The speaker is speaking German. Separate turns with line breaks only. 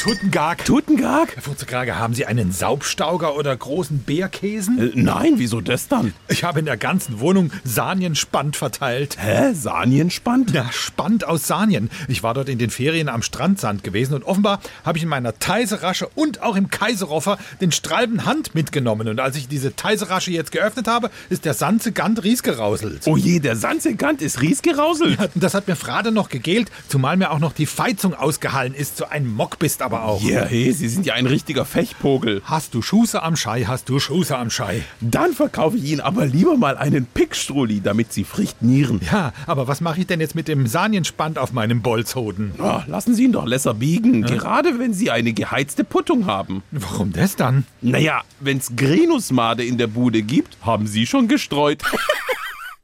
Tuttengag.
Tutengag?
Herr Funzekrage, haben Sie einen Saubstauger oder großen Bärkäsen?
Äh, Nein, wieso das dann?
Ich habe in der ganzen Wohnung Sanienspann verteilt.
Hä? Sanienspann?
Na, spannend aus Sanien. Ich war dort in den Ferien am Strandsand gewesen und offenbar habe ich in meiner Teiserasche und auch im Kaiseroffer den Stralben Hand mitgenommen. Und als ich diese Teiserasche jetzt geöffnet habe, ist der Sanze Gant riesgerauselt.
Oh je, der Sandsekant ist riesgerauselt.
Und das hat mir Frade noch gegelt, zumal mir auch noch die Feizung ausgehallen ist. So ein Mock bist aber auch.
Ja, hey, Sie sind ja ein richtiger Fechpogel.
Hast du Schuße am Schei, hast du Schuße am Schei.
Dann verkaufe ich Ihnen aber lieber mal einen Pickstrulli, damit Sie frichtnieren.
Ja, aber was mache ich denn jetzt mit dem Sanienspann auf meinem Bolzhoden?
Ah, lassen Sie ihn doch lesser biegen, gerade wenn Sie eine geheizte Puttung haben.
Warum das dann?
Naja, wenn's Grenusmade in der Bude gibt, haben Sie schon gestreut.